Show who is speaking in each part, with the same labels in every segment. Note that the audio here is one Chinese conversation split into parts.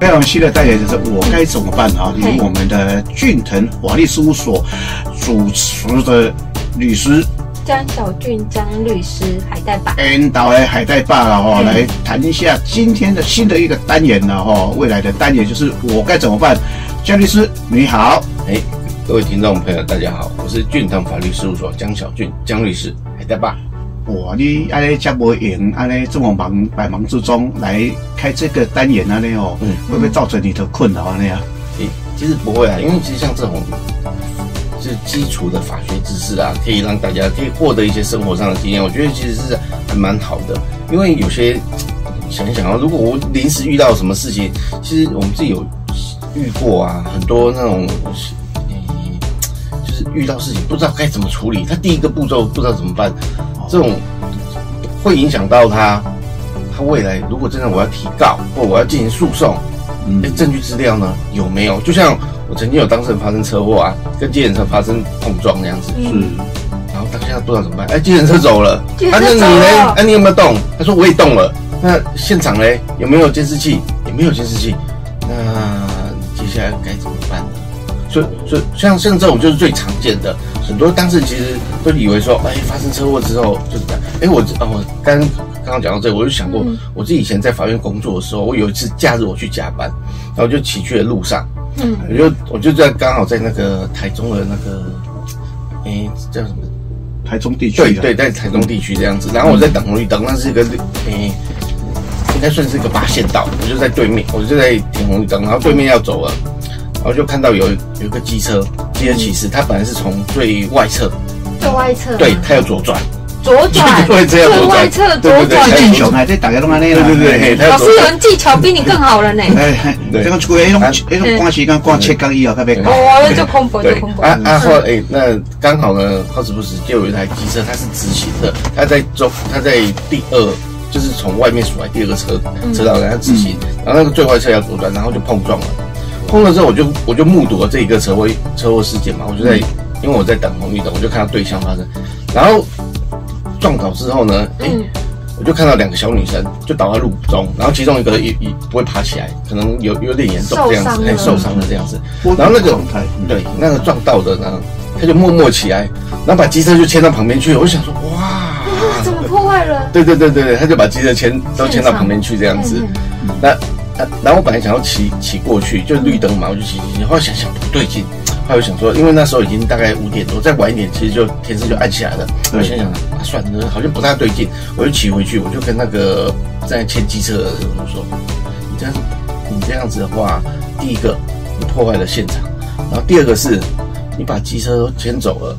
Speaker 1: 非常新的代言人是我该怎么办啊？
Speaker 2: 嘿
Speaker 1: 由我们的俊腾华丽事务所主持的律师
Speaker 2: 张小俊张律师还在吧？
Speaker 1: N 导来海带爸了哈，
Speaker 2: 嗯
Speaker 1: 来谈一下今天的新的一个单元了哈，未来的单元就是我该怎么办？江律师你好，
Speaker 3: 哎，各位听众朋友，大家好，我是俊腾法律事务所江小俊江律师，海带爸。
Speaker 1: 哇，你安尼这么闲，安尼这么忙，百忙之中来开这个单元安尼哦
Speaker 3: 嗯，
Speaker 1: 会不会造成你的困扰安尼啊？
Speaker 3: 哎，其实不会啊，因为其实像这种是基础的法学知识啊，可以让大家可以获得一些生活上的经验，我觉得其实是还蛮好的。因为有些想一想啊，如果我临时遇到什么事情，其实我们自己有遇过啊，很多那种。哎就是遇到事情不知道该怎么处理，他第一个步骤不知道怎么办，这种会影响到他，他未来如果真的我要提告或我要进行诉讼，
Speaker 1: 嗯
Speaker 3: 哎，证据资料呢有没有？就像我曾经有当事人发生车祸啊，跟计程车发生碰撞那样子，
Speaker 1: 嗯是
Speaker 3: 然后他现在不知道怎么办。哎，计程车走了，
Speaker 2: 计
Speaker 3: 啊
Speaker 2: 程车
Speaker 3: 那你
Speaker 2: 走
Speaker 3: 呢
Speaker 2: 了？
Speaker 3: 哎，你有没有动？他说我也动了。那现场呢有没有监视器？也没有监视器。那接下来该怎么办呢？所以，所以像像这种就是最常见的，很多当事人其实都以为说，哎，发生车祸之后就怎么样？哎，我哦，我刚刚刚讲到这里，我就想过，
Speaker 2: 嗯
Speaker 3: 我自己以前在法院工作的时候，我有一次假日我去加班，然后就骑去的路上，
Speaker 2: 嗯，
Speaker 3: 我就我就在刚好在那个台中的那个，哎，叫什么？
Speaker 1: 台中地区啊
Speaker 3: 对
Speaker 1: 的，
Speaker 3: 对，在台中地区这样子。然后我在等红绿灯，那是一个诶、应该算是一个八线道，我就在对面，我就在停红绿灯，然后对面要走了，然后就看到有有一个机车，机车骑士，他本来是从最外侧，
Speaker 2: 最外侧，
Speaker 3: 嗯对，他要左转，
Speaker 2: 左转，
Speaker 3: 对这样
Speaker 2: 最外侧左
Speaker 3: 对对
Speaker 2: 转
Speaker 1: 最
Speaker 3: 对。
Speaker 1: 近熊还在打开弄安尼
Speaker 3: 对
Speaker 1: 啦，
Speaker 3: 对对，嘿，他要
Speaker 2: 老
Speaker 3: 左
Speaker 2: 师有
Speaker 3: 转，
Speaker 2: 人技巧比你更好了呢。
Speaker 1: 哎，哎，
Speaker 3: 对
Speaker 1: 这个出迄种
Speaker 3: 啊
Speaker 1: 迄种赶时间赶七天以后才被搞。
Speaker 2: 哦，就空博，就
Speaker 3: 嗯
Speaker 2: 嗯
Speaker 3: 对
Speaker 2: 空博。
Speaker 3: 啊啊后诶、那刚好呢，好时不时就有一台机车，它是直行的，它在中，它在第二，就是从外面数来第二个车
Speaker 2: 嗯
Speaker 3: 车道，然后直行，然后那个最坏车要左转，然后就碰撞了。碰了之后，我就我就目睹了这一个车祸车祸事件嘛，我就在、
Speaker 2: 嗯
Speaker 3: 因为我在等红绿灯，我就看到对向发生，然后撞倒之后呢，诶、
Speaker 2: 嗯
Speaker 3: 我就看到两个小女生就倒在路中，然后其中一个也也不会爬起来，可能有有点严重这样
Speaker 2: 受伤
Speaker 3: 子，
Speaker 2: 了
Speaker 3: 哎，受伤了这样子。然后那个
Speaker 1: 状态，
Speaker 3: 对，那个撞到的呢，他就默默起来，然后把机车就牵到旁边去。我就想说，哎
Speaker 2: 啊，怎
Speaker 3: 哇，
Speaker 2: 么破坏了？嗯
Speaker 3: 对对对对对，他就把机车牵都牵到旁边去这样子。那那然后我本来想要骑骑过去，就绿灯嘛，我就骑骑骑。后来想想不对劲，后来我想说，因为那时候已经大概五点多，再晚一点其实就天色就暗下来了。
Speaker 1: 对
Speaker 3: 我想想啊，算了，好像不大对劲，我就骑回去，我就跟那个在牵机车的人我就说，你这样子你这样子的话，第一个你破坏了现场，然后第二个是你把机车都牵走了。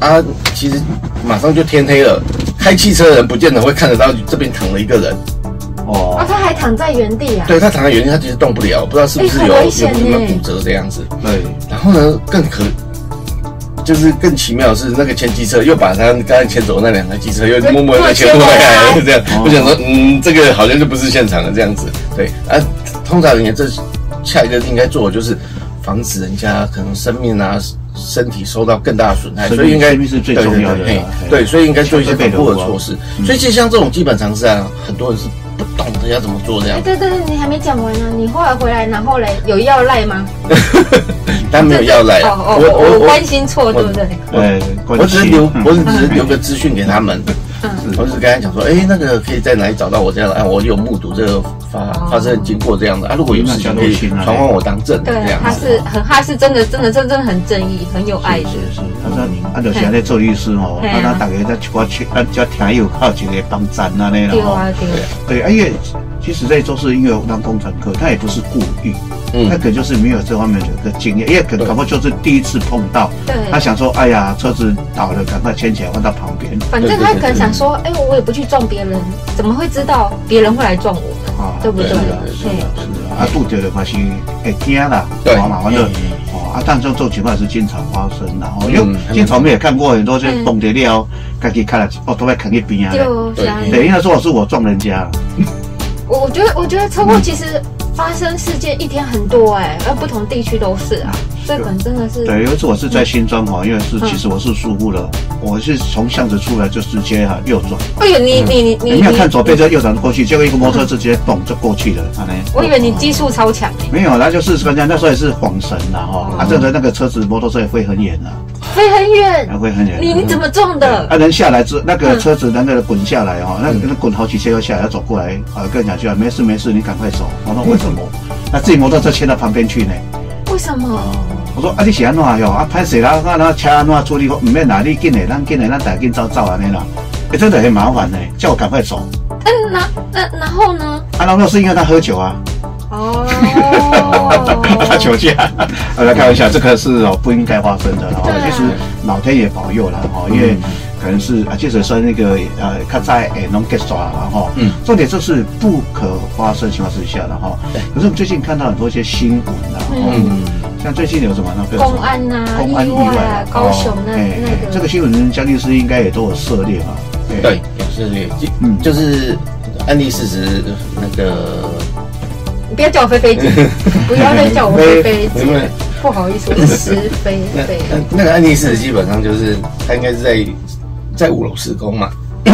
Speaker 3: 啊，其实马上就天黑了，开汽车的人不见得会看得到这边躺了一个人，
Speaker 2: 哦，
Speaker 1: 哦，
Speaker 2: 他还躺在原地啊。
Speaker 3: 对他躺在原地，他其实动不了，不知道是不是
Speaker 2: 哎
Speaker 3: 有、
Speaker 2: 很危
Speaker 3: 有
Speaker 2: 险
Speaker 3: 有没有
Speaker 2: 耶
Speaker 3: 骨折这样子。
Speaker 1: 对，
Speaker 3: 然后呢，更可就是更奇妙的是，那个牵机车又把他刚才牵走的那两台机车又默默的牵回 来了，这样
Speaker 1: 哦
Speaker 3: 我想说，嗯，这个好像就不是现场了这样子。对啊，通常人家这下一个应该做的就是防止人家可能生命啊。身体受到更大的损害，
Speaker 1: 生命
Speaker 3: 所以应该
Speaker 1: 生命是最重要的
Speaker 3: 对对对
Speaker 1: 啊
Speaker 3: 嘿
Speaker 1: 嘿
Speaker 3: 对，所以应该做一些
Speaker 1: 被啊
Speaker 3: 防护的
Speaker 1: 流亡
Speaker 3: 措施。所以其实像这种基本常识啊，很多人是不懂得要怎么做这样
Speaker 2: 哎，。对对对，你还没讲完呢。你后来回来，然后嘞，有要赖吗？
Speaker 3: 但没有要来，
Speaker 2: 哦哦，
Speaker 3: 我
Speaker 2: 我
Speaker 3: 我
Speaker 2: 我
Speaker 3: 我
Speaker 2: 关心错，对不对？
Speaker 1: 呃，关
Speaker 3: 我只是
Speaker 1: 系
Speaker 3: 留
Speaker 1: 嗯，
Speaker 3: 我只是留个资讯给他们，
Speaker 2: 嗯，
Speaker 3: 我只是跟他讲说，哎，那个可以在哪里找到我这样的，啊，我有目睹这个发
Speaker 2: 哦
Speaker 3: 发生经过这样的，啊，如果有事情可以传唤我当证，这
Speaker 2: 对，
Speaker 3: 样
Speaker 2: 他
Speaker 3: 子。
Speaker 2: 是很，他是真的，真的，真真的很正义，很有爱的。
Speaker 1: 是是，啊，咱啊，就是安尼做律师吼，
Speaker 2: 嘿
Speaker 1: 啊，咱大家在一块去，咱只听友靠一个帮站安尼啦
Speaker 2: 对
Speaker 1: 吼。
Speaker 2: 啊，对啊，
Speaker 1: 对，啊，因为其实在做事，因为我当工程科，他也不是故意，
Speaker 3: 嗯
Speaker 1: 他可能就是没有这方面的一个经验，因为可能
Speaker 3: 对
Speaker 1: 搞不好就是第一次碰到，
Speaker 2: 对
Speaker 1: 他想说，哎呀，车子倒了，赶快牵起来放到旁边
Speaker 2: 反正他可能想说，哎，我也不去撞别人，怎么会知道别人会来撞我呢？
Speaker 1: 啊，
Speaker 2: 对不对
Speaker 1: 是啊，是啊，是啊，啊，拄着的嘛是会惊啦，
Speaker 3: 对
Speaker 1: 好嘛，反正
Speaker 3: 嗯。
Speaker 1: 哦，啊，但这种情况也是经常发生的哦，
Speaker 3: 嗯
Speaker 1: 因为经常我们也看过很多，就是碰着了，自己看了，哦，都会啃一边啊。
Speaker 2: 就是啊
Speaker 3: 对
Speaker 1: 对，应该说是我撞人家，
Speaker 2: 我我觉得，我觉得车祸其实发生事件一天很多哎、而不同地区都是啊，所以可能真的是
Speaker 1: 对，有一次我是在新庄哈，因为是
Speaker 2: 嗯
Speaker 1: 其实我是疏忽了，我是从巷子出来就直接哈右转，
Speaker 2: 哎呦，你你你你
Speaker 1: 没有看左边就右转过去，结果一个摩托车直接蹦就过去了，啊呢。
Speaker 2: 我以为你技术超强哎、
Speaker 1: 没有，那就是人家那时候也是晃神了哈，
Speaker 2: 哦
Speaker 1: 啊，这个那个车子摩托车也会很远的，啊
Speaker 2: 飞很远，
Speaker 1: 啊会很远。
Speaker 2: 你你怎么撞的？
Speaker 1: 啊，人下来之那个车子那个滚下来哦，那个滚好几圈又下来，要走过来啊，跟你讲句啊，没事没事，你赶快走。我说为什么？那自己摩托车牵到旁边去呢？
Speaker 2: 为什么？
Speaker 1: 我说啊，你是安怎哟？啊，歹势啦，那那车安怎处理？唔免啦，你紧来，咱紧来，咱大家紧走走安尼啦。哎，真的很麻烦呢，叫我赶快走。
Speaker 2: 嗯，然那然后呢？
Speaker 1: 啊，那那是因为他喝酒啊， 他
Speaker 2: 哦，
Speaker 1: 酒驾。啊， 来开玩笑，这个是哦不应该发生的啦。
Speaker 2: 对啊
Speaker 1: 哦，其实老天爷保佑了哦，因为
Speaker 3: 嗯
Speaker 1: 可能是啊，即使说那个呃，他在诶能 get 抓了哈。
Speaker 3: 嗯。
Speaker 1: 重点就是不可发生情况之下了哈
Speaker 3: 对。
Speaker 1: 可是我们最近看到很多一些新闻啦，哦，
Speaker 3: 嗯，
Speaker 1: 像最近有什么那个什么
Speaker 2: 公安呐、
Speaker 1: 公安
Speaker 2: 意
Speaker 1: 意
Speaker 2: 外
Speaker 1: 外啊，
Speaker 2: 啊高雄那、
Speaker 1: 哎
Speaker 2: 那
Speaker 1: 哎
Speaker 2: 个，
Speaker 1: 这个新闻，江律师应该也都有涉猎吧？哎
Speaker 3: 对，也是，
Speaker 1: 嗯
Speaker 3: 就是案例事实那个，
Speaker 2: 你不要叫我飞飞姐，不要再叫我飞飞
Speaker 3: 因为
Speaker 2: 姐，不好意思，我是石飞
Speaker 3: 那
Speaker 2: 飞。
Speaker 3: 那那个案例事实基本上就是他应该是在在五楼施工嘛，啊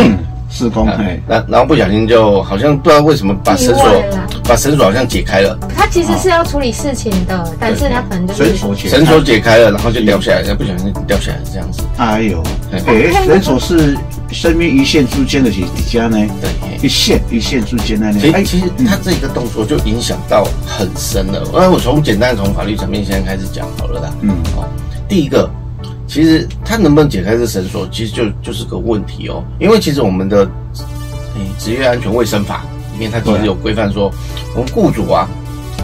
Speaker 1: 施工，哎，
Speaker 3: 那然后不小心就好像不知道为什么把绳
Speaker 2: 意
Speaker 3: 索
Speaker 2: 外啦
Speaker 3: 把绳索好像解开了，
Speaker 2: 他其实是要处理事情
Speaker 3: 哦
Speaker 2: 的，但是他可能就是
Speaker 1: 绳索解开
Speaker 3: 绳索解开了，然后就掉下来，然后不小心掉下来这样子。
Speaker 1: 哎呦，
Speaker 3: 对
Speaker 1: 哎，绳索是生命一线之间的几几家呢？
Speaker 3: 对，
Speaker 1: 一线一线之间的呢
Speaker 3: 其？
Speaker 1: 哎
Speaker 3: 实其实他这个动作就影响到很深了。那哎我从简单地从法律层面先开始讲好了啦。
Speaker 1: 嗯
Speaker 3: 好，第一个，其实他能不能解开这绳索，其实就就是个问题哦。因为其实我们的诶职业安全卫生法里面，它其
Speaker 1: 对啊
Speaker 3: 实有规范说，我们雇主啊，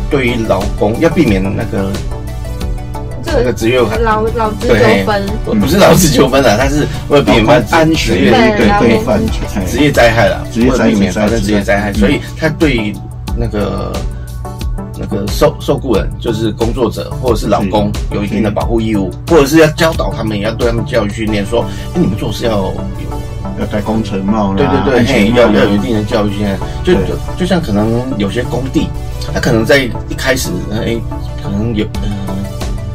Speaker 3: 对于劳工要避免那个那个
Speaker 2: 这
Speaker 3: 职业
Speaker 2: 个老老资纠纷，
Speaker 3: 不是劳资纠纷啊，它是为了避免发
Speaker 1: 哦安
Speaker 3: 职
Speaker 1: 全
Speaker 3: 业
Speaker 1: 的一
Speaker 2: 对
Speaker 1: 个
Speaker 2: 劳工
Speaker 1: 规范
Speaker 2: 安全，
Speaker 1: 哎
Speaker 3: 职业灾害了，
Speaker 1: 职业灾害
Speaker 3: 为了避免发生
Speaker 1: 职
Speaker 3: 职
Speaker 1: 业
Speaker 3: 业
Speaker 1: 灾
Speaker 3: 灾
Speaker 1: 害
Speaker 3: 害，所以他对那个那个受受雇人，就是工作者或者是老公，有一定的保护义务，或者是要教导他们，也要对他们教育训练，说，哎，你们做事要有，
Speaker 1: 要戴工程帽啦，
Speaker 3: 对对对，
Speaker 1: 安
Speaker 3: 嘿
Speaker 1: 全，帽
Speaker 3: 要
Speaker 1: 啦
Speaker 3: 要有一定的教育训练，就
Speaker 1: 对
Speaker 3: 就就像可能有些工地，他可能在一开始，哎，可能有呃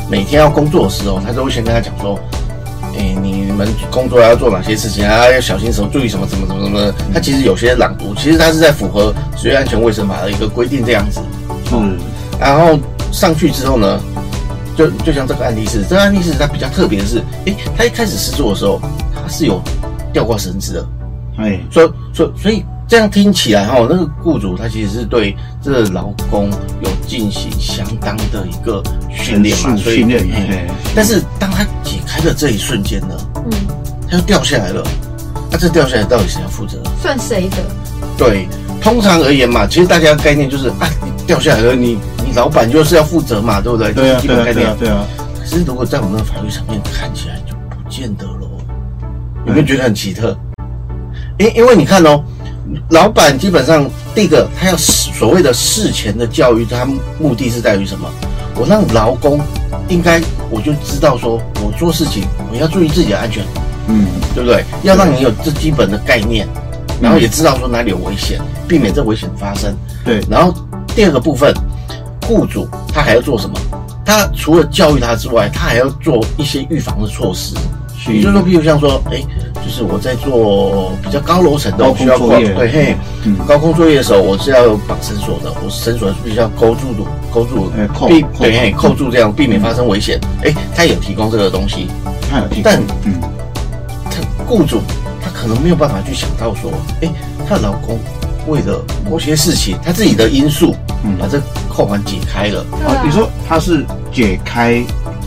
Speaker 3: 每天要工作的时候，他都会先跟他讲说，哎、你们工作要做哪些事情啊？要小心什么，注意什么，什么什么什么的。他其实有些朗读，其实他是在符合职业安全卫生法的一个规定这样子。
Speaker 1: 是
Speaker 3: 然后上去之后呢，就就像这个案例是，这个案例是它比较特别的是，哎、他一开始施作的时候，他是有吊挂绳子的，
Speaker 1: 哎
Speaker 3: 所以所以所以这样听起来哈、那个雇主他其实是对这个劳工有进行相当的一个训练嘛，
Speaker 1: 神速
Speaker 3: 所以
Speaker 1: 训练
Speaker 3: 嘿
Speaker 1: 哎
Speaker 3: 但是当他解开的这一瞬间呢，
Speaker 2: 嗯，
Speaker 3: 他就掉下来了。那、这掉下来到底谁要负责？
Speaker 2: 算谁的？
Speaker 3: 对，通常而言嘛，其实大家概念就是啊，你掉下来了，你你老板就是要负责嘛，对不对？
Speaker 1: 对
Speaker 3: 这
Speaker 1: 啊
Speaker 3: 是基
Speaker 1: 对
Speaker 3: 本
Speaker 1: 啊
Speaker 3: 概
Speaker 1: 对
Speaker 3: 念
Speaker 1: 啊。对啊，
Speaker 3: 可是如果在我们的法律层面看起来就不见得喽，有没有觉得很奇特？因因为你看哦，老板基本上第一个他要事所谓的事前的教育，他目的是在于什么？我让劳工应该我就知道说，我做事情我要注意自己的安全，
Speaker 1: 嗯
Speaker 3: 对不对？要让你有这基本的概念，然后也知道说哪里有危险，避免这危险发生。
Speaker 1: 对
Speaker 3: 然后第二个部分，雇主他还要做什么？他除了教育他之外，他还要做一些预防的措施。
Speaker 1: 是
Speaker 3: 也就是说，譬如像说，哎，就是我在做比较高楼层的，
Speaker 1: 高
Speaker 3: 我
Speaker 1: 空
Speaker 3: 需要
Speaker 1: 作业
Speaker 3: 对嘿，
Speaker 1: 嗯
Speaker 3: 高空作业的时候，我是要绑绳索的，我绳索是必须要勾住的，勾住
Speaker 1: 哎扣
Speaker 3: 避
Speaker 1: 扣
Speaker 3: 对嘿扣住这样，避免发生危险。哎，他有提供这个东西，
Speaker 1: 他有提
Speaker 3: 但
Speaker 1: 供嗯
Speaker 3: 他雇主他可能没有办法去想到说，哎、她的老公为了某些事情，他自己的因素，
Speaker 1: 嗯
Speaker 3: 把这扣环解开了，
Speaker 2: 对
Speaker 1: 哦，
Speaker 2: 啊
Speaker 1: 你，说他是解开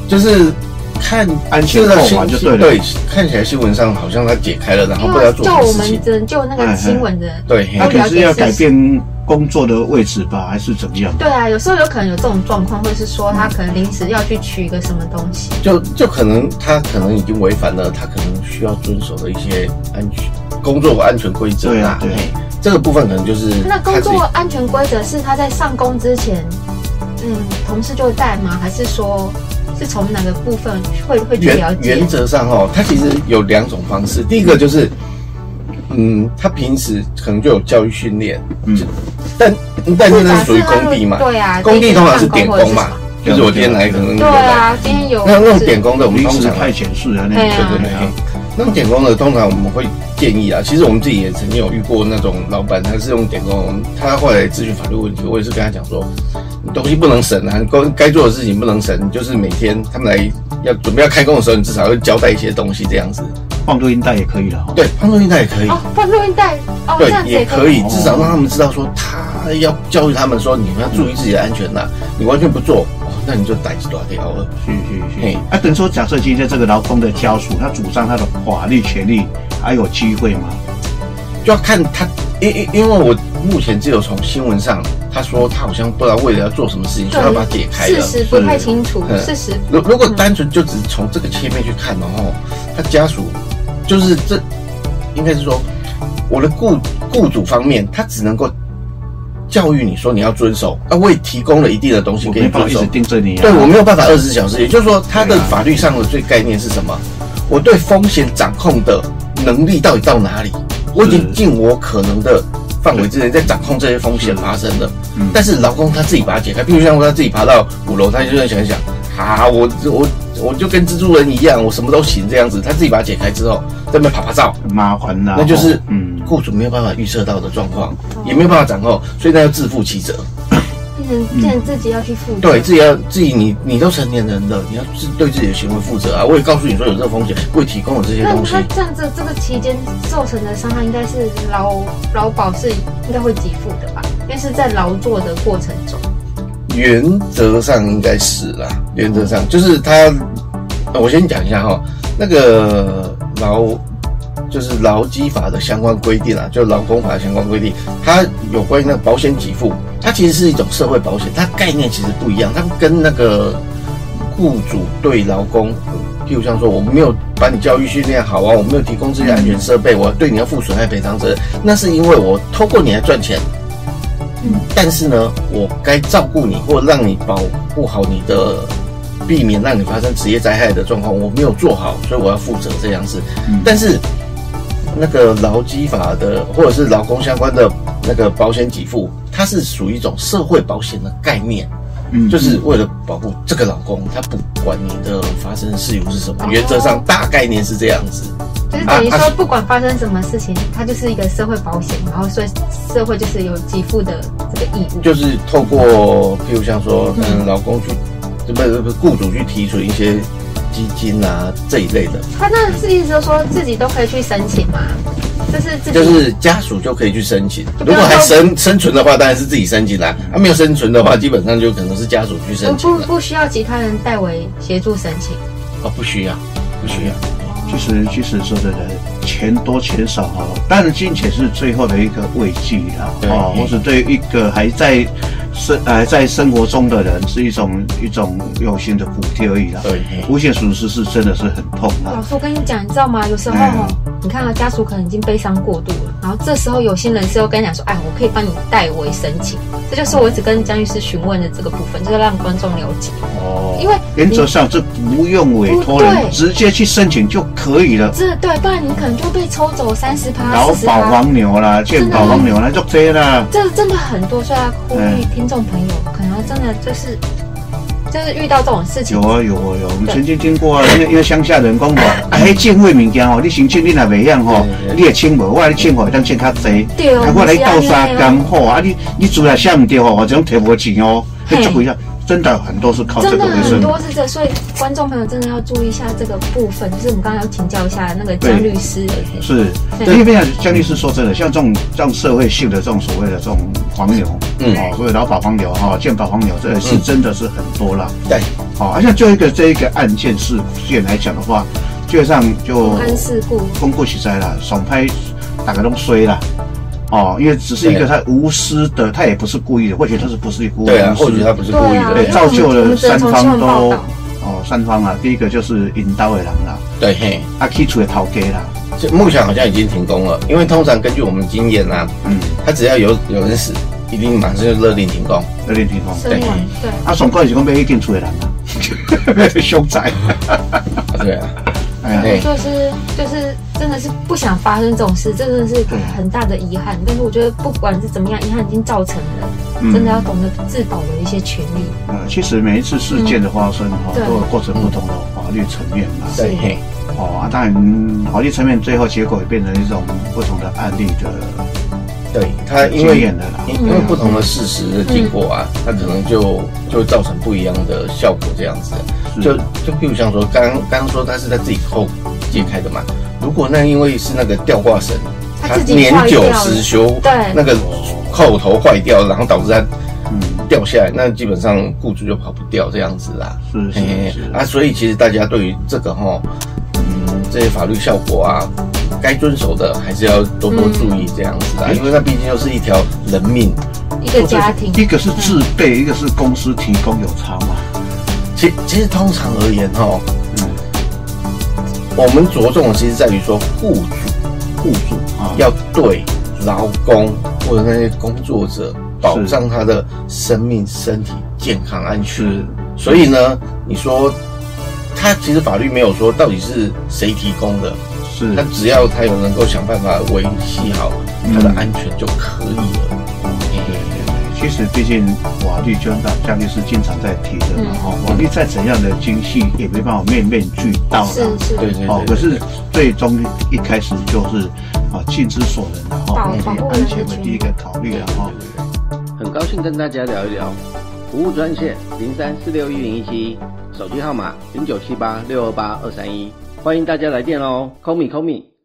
Speaker 3: 就是看
Speaker 1: 安全
Speaker 3: 这个
Speaker 1: 扣
Speaker 3: 新
Speaker 1: 环就对了
Speaker 3: 对，看起来新闻上好像他解开了，然后
Speaker 2: 因
Speaker 3: 不知道
Speaker 2: 为
Speaker 3: 做什
Speaker 2: 叫
Speaker 3: 么
Speaker 2: 我
Speaker 3: 事情哎
Speaker 2: 们，只能就那个新闻的。
Speaker 3: 对，嘿
Speaker 1: 他可能是要
Speaker 2: 了解
Speaker 1: 改
Speaker 2: 事
Speaker 1: 变工作的位置吧，还是怎么样？
Speaker 2: 对啊，有时候有可能有这种状况，或是说他可能临时要去取一个什么东西，
Speaker 3: 就就可能他可能已经违反了他可能需要遵守的一些安全工作安全规则
Speaker 1: 对
Speaker 3: 啦
Speaker 1: 啊，对啊
Speaker 3: 嘿这个部分可能就是
Speaker 2: 那
Speaker 3: 他
Speaker 2: 工
Speaker 3: 自己
Speaker 2: 作安全规则是他在上工之前，嗯，同事就在吗？还是说是从哪个部分会会去了
Speaker 3: 原
Speaker 2: 解
Speaker 3: 原？则上哦，它其实有两种方式。第一个就是，嗯，他平时可能就有教育训练，
Speaker 1: 嗯
Speaker 3: 就但但
Speaker 2: 就
Speaker 3: 现在是属于
Speaker 2: 假设他
Speaker 3: 工地
Speaker 2: 们
Speaker 3: 嘛，
Speaker 2: 对啊，
Speaker 3: 工地通常是点
Speaker 2: 或者
Speaker 3: 工嘛
Speaker 2: 什么，
Speaker 3: 就是我今天来可能
Speaker 2: 对啊，今天有
Speaker 3: 那那种点工的，我们
Speaker 1: 临
Speaker 3: 通
Speaker 1: 时
Speaker 3: 常
Speaker 1: 派遣式的那
Speaker 2: 对啊
Speaker 1: 种，
Speaker 3: 对对对，那种点工的通常我们会建议啊，其实我们自己也曾经有遇过那种老板，他是用点工，他后来咨询法律问题，我也是跟他讲说，你东西不能省啊，该该做的事情不能省，就是每天他们来要准备要开工的时候，你至少要交代一些东西这样子。
Speaker 1: 放录音带也可以了哈。
Speaker 3: 对，放录音带也可以，
Speaker 2: 哦，放录音带哦，这
Speaker 3: 对
Speaker 2: 样，子
Speaker 3: 也可
Speaker 2: 以。
Speaker 3: 以，
Speaker 1: 哦
Speaker 3: 至少让他们知道说他要教育他们说你们要注意自己的安全呐、你完全不做，哦，那你就逮起多条了。
Speaker 1: 是是
Speaker 3: 嘿
Speaker 1: 是。啊，等于说，假设今天这个劳工的家属，他主张他的法律权利，还有机会吗？
Speaker 3: 就要看他，因因因为我目前只有从新闻上，他说他好像不知道为了要做什么事情，所以他把它解开
Speaker 2: 事
Speaker 3: 了。
Speaker 2: 实不太清楚，
Speaker 3: 嗯
Speaker 2: 事实
Speaker 3: 如如果单纯就只是从这个切面去看，然后他家属就是这，应该是说我的雇雇主方面，他只能够教育你说你要遵守，啊，我也提供了一定的东西
Speaker 1: 我
Speaker 3: 给你
Speaker 1: 没办
Speaker 3: 遵
Speaker 1: 法一
Speaker 3: 守
Speaker 1: 直，盯着你啊。
Speaker 3: 对我没有办法二十四小时，也就是说，它的
Speaker 1: 对啊
Speaker 3: 法律上的最概念是什么？我对风险掌控的能力到底到哪里？我已经尽我可能的范围之内在掌控这些风险发生了。
Speaker 1: 嗯
Speaker 3: 但是劳工他自己把它解开，譬如像他自己爬到五楼，他就在想一想，啊，我我我就跟蜘蛛人一样，我什么都行这样子。他自己把它解开之后，在那边爬爬照，
Speaker 1: 麻烦啦。
Speaker 3: 那就是
Speaker 1: 嗯，哦
Speaker 3: 雇主没有办法预测到的状况，也没有办法掌控，所以那要自负其责。
Speaker 2: 变成变成自己要去负责。
Speaker 3: 嗯对自己要自己你你都成年人了，你要自对自己的行为负责啊！我也告诉你说有这个风险，我也提供了这些
Speaker 2: 那
Speaker 3: 东西
Speaker 2: 他。这样子，这个期间造成的伤害应该是劳劳保是应该会给付的吧？因为是在劳作的过程中，
Speaker 3: 原则上应该是啦，原则上就是他，呃我先讲一下哈，那个劳就是劳基法的相关规定啊，就劳工法的相关规定，它有关于那个保险给付，它其实是一种社会保险，它概念其实不一样，它跟那个雇主对劳工。譬如像说，我没有把你教育训练好啊，我没有提供这些安全设备，我对你要负损害赔偿责任，那是因为我透过你来赚钱，但是呢，我该照顾你或让你保护好你的，避免让你发生职业灾害的状况，我没有做好，所以我要负责这样子。
Speaker 1: 嗯
Speaker 3: 但是那个劳基法的或者是劳工相关的那个保险给付，它是属于一种社会保险的概念，
Speaker 1: 嗯
Speaker 3: 就是为了保护这个劳工，他不管你的发生事由是什么
Speaker 2: 哦，
Speaker 3: 原则上大概念是这样子。
Speaker 2: 就是等于
Speaker 3: 啊
Speaker 2: 说
Speaker 3: 啊
Speaker 2: 不管发生什么事情，它就是一个社会保险，然后所以社会就是有给付的这个义务。
Speaker 3: 就是透过，譬如像说，嗯，劳工去，不是不是雇主去提存一些基金啊这一类的，
Speaker 2: 他那是意思就是说自己都可以去申请嘛，就是自己
Speaker 3: 就是家属就可以去申请。
Speaker 2: 就不
Speaker 3: 如
Speaker 2: 要
Speaker 3: 果还
Speaker 2: 说
Speaker 3: 生生存的话，当然是自己申请啦、啊。没有生存的
Speaker 2: 嗯
Speaker 3: 话，基本上就可能是家属去
Speaker 2: 不
Speaker 3: 申请
Speaker 2: 不
Speaker 3: 了。
Speaker 2: 不需要其他人代为协助申请。
Speaker 3: 哦，不需要，不需要。
Speaker 1: 其实其实说真的，钱多钱少哈，当然金钱是最后的一个慰藉啦，
Speaker 3: 对
Speaker 1: 哦，
Speaker 3: 嗯
Speaker 1: 或者对一个还在生还在生活中的人是一种一种有心的补贴而已啦。
Speaker 3: 对，嘿
Speaker 1: 无限损失是真的是很痛
Speaker 2: 老
Speaker 1: 啊。
Speaker 2: 师，我跟你讲，你知道吗？有时候、
Speaker 1: 嗯
Speaker 2: 你看到啊家属可能已经悲伤过度了，然后这时候有心人士又跟你讲说：“哎，我可以帮你代为申请。”这就是我一直跟江律师询问的这个部分，就是让观众了解，
Speaker 1: 哦
Speaker 2: 因为
Speaker 1: 原则上这不用委托
Speaker 2: 对
Speaker 1: 人，直接去申请就可以了。
Speaker 2: 这对，不然你可能就被抽走三十趴、
Speaker 1: 劳
Speaker 2: 四十
Speaker 1: 保
Speaker 2: 趴。
Speaker 1: 黄牛啦，健保黄牛啦，就这啦。
Speaker 2: 这真的很多，所以要呼吁听众朋友，可能真的就是就是遇到这种事情
Speaker 1: 有，啊有啊有，我们
Speaker 2: 对
Speaker 1: 曾经听过啊，因为因为乡下人讲 过，啊，迄种的物件哦，你先清你若袂晓吼
Speaker 3: 对对，对
Speaker 1: 你会清无，我来清会当清较济，
Speaker 2: 对哦
Speaker 1: 啊，我来倒沙
Speaker 2: 是安
Speaker 1: 工吼，啊你你做来写唔对吼，我这种摕无钱哦，
Speaker 2: 嘿
Speaker 1: 你做不下，真的很多是靠这
Speaker 2: 真
Speaker 1: 个
Speaker 2: 的
Speaker 1: 为
Speaker 2: 很
Speaker 1: 生。
Speaker 2: 多是这，所以观众朋友真的要注意一下这个部分，就是我们刚刚要请教一下那个江律师，
Speaker 1: 是，
Speaker 2: 对
Speaker 1: 因为像江律师说真的，像这种这种社会性的这种所谓的这种黄牛，
Speaker 3: 嗯
Speaker 1: 哦，所谓劳保黄牛哈、健保黄牛，这个是
Speaker 3: 嗯
Speaker 1: 真的是很多啦。哦
Speaker 3: 对，
Speaker 1: 好、而且就一个这一个案件事件来讲的话，基本上就
Speaker 2: 公安事故，
Speaker 1: 公布起来了，爽拍打个弄衰了。哦，因为只是一个
Speaker 3: 对
Speaker 1: 他无私的，他也不是故意的，或许他是不是故意
Speaker 3: 对啊，
Speaker 1: 无私
Speaker 3: 或许他不是故意
Speaker 2: 对
Speaker 1: 对
Speaker 2: 啊
Speaker 3: 的。
Speaker 1: 造就
Speaker 2: 我
Speaker 1: 了
Speaker 2: 们只
Speaker 1: 三
Speaker 2: 能从新
Speaker 1: 方
Speaker 2: 闻报
Speaker 1: 都
Speaker 2: 道
Speaker 1: 哦三方啊，第一个就是引刀的人啦，
Speaker 3: 对，嘿，
Speaker 1: 啊起厝的头家啦，
Speaker 3: 这目前好像已经停工了，因为通常根据我们经验啊，
Speaker 1: 嗯，
Speaker 3: 他只要有有人死，一定马上就勒令停工。
Speaker 1: 有点听懂。
Speaker 2: 生
Speaker 3: 对
Speaker 2: 亡对。
Speaker 1: 啊，上过是讲买迄间厝的人啊，凶宅。
Speaker 3: 啊对啊，
Speaker 1: 哎
Speaker 3: 对
Speaker 2: 就是就是真的是不想发生这种事，这真的是
Speaker 3: 嗯
Speaker 1: 对
Speaker 2: 很大的遗憾。但是我觉得不管是怎么样，遗憾已经造成了，
Speaker 1: 嗯
Speaker 2: 真的要懂得自保有一些权利。
Speaker 1: 呃，其实每一次事件的发生哈，
Speaker 2: 对
Speaker 1: 都有各自不同的法律层面嘛。
Speaker 3: 对，
Speaker 2: 是
Speaker 3: 嘿，
Speaker 1: 哦，啊当然法律层面最后结果也变成一种不同的案例的
Speaker 3: 对他因
Speaker 1: 经
Speaker 3: 为
Speaker 1: 验的啦。哎
Speaker 3: 因因为不同的事实的经过啊，
Speaker 2: 嗯
Speaker 3: 它可能就就造成不一样的效果，这样子。啊
Speaker 1: 是
Speaker 3: 就就譬如像说，刚刚刚说他是在自己扣解开的嘛，如果那因为是那个吊挂绳，
Speaker 2: 他自己
Speaker 3: 年
Speaker 2: 坏掉
Speaker 3: 久
Speaker 2: 了
Speaker 3: 失修，
Speaker 2: 对
Speaker 3: 那个扣头坏掉，然后导致他
Speaker 1: 嗯，
Speaker 3: 掉下来，那基本上雇主就跑不掉这样子啦。
Speaker 1: 是
Speaker 3: 嘿嘿
Speaker 1: 是是
Speaker 3: 啊，所以其实大家对于这个哈，嗯，这些法律效果啊，该遵守的还是要多多注意这样子啊，
Speaker 1: 嗯
Speaker 3: 因为那毕竟就是一条人命。
Speaker 2: 一个家庭，
Speaker 1: 一个是自备，一个是公司提供有差嘛。
Speaker 3: 其其实通常而言哈，
Speaker 1: 嗯，
Speaker 3: 我们着重的其实在于说雇主
Speaker 1: 雇主啊，
Speaker 3: 要对劳工或者那些工作者保障他的生命、身体健康安全
Speaker 1: 是。
Speaker 3: 所以呢，你说他其实法律没有说到底是谁提供的，
Speaker 1: 是
Speaker 3: 他只要他有能够想办法维系好他
Speaker 1: 嗯
Speaker 3: 的安全就可以了。
Speaker 1: 其实，毕竟法律就像像律师经常在提的嘛，
Speaker 2: 嗯
Speaker 1: 哦，法律再怎样的精细，也没办法面面俱到
Speaker 2: 是
Speaker 1: 啦。
Speaker 2: 是
Speaker 3: 对对
Speaker 1: 哦
Speaker 3: 对，
Speaker 1: 可是最终一开始就是啊，尽之所能，然后
Speaker 2: 保
Speaker 1: 以
Speaker 2: 保护
Speaker 1: 安全
Speaker 2: 人的
Speaker 1: 为
Speaker 2: 权
Speaker 1: 第一
Speaker 2: 益
Speaker 1: 个考虑，然后。
Speaker 4: 很高兴跟大家聊一聊。服务专线零三四六一零一七一，手机号码零九七八六二八二三一，欢迎大家来电哦，call me call me。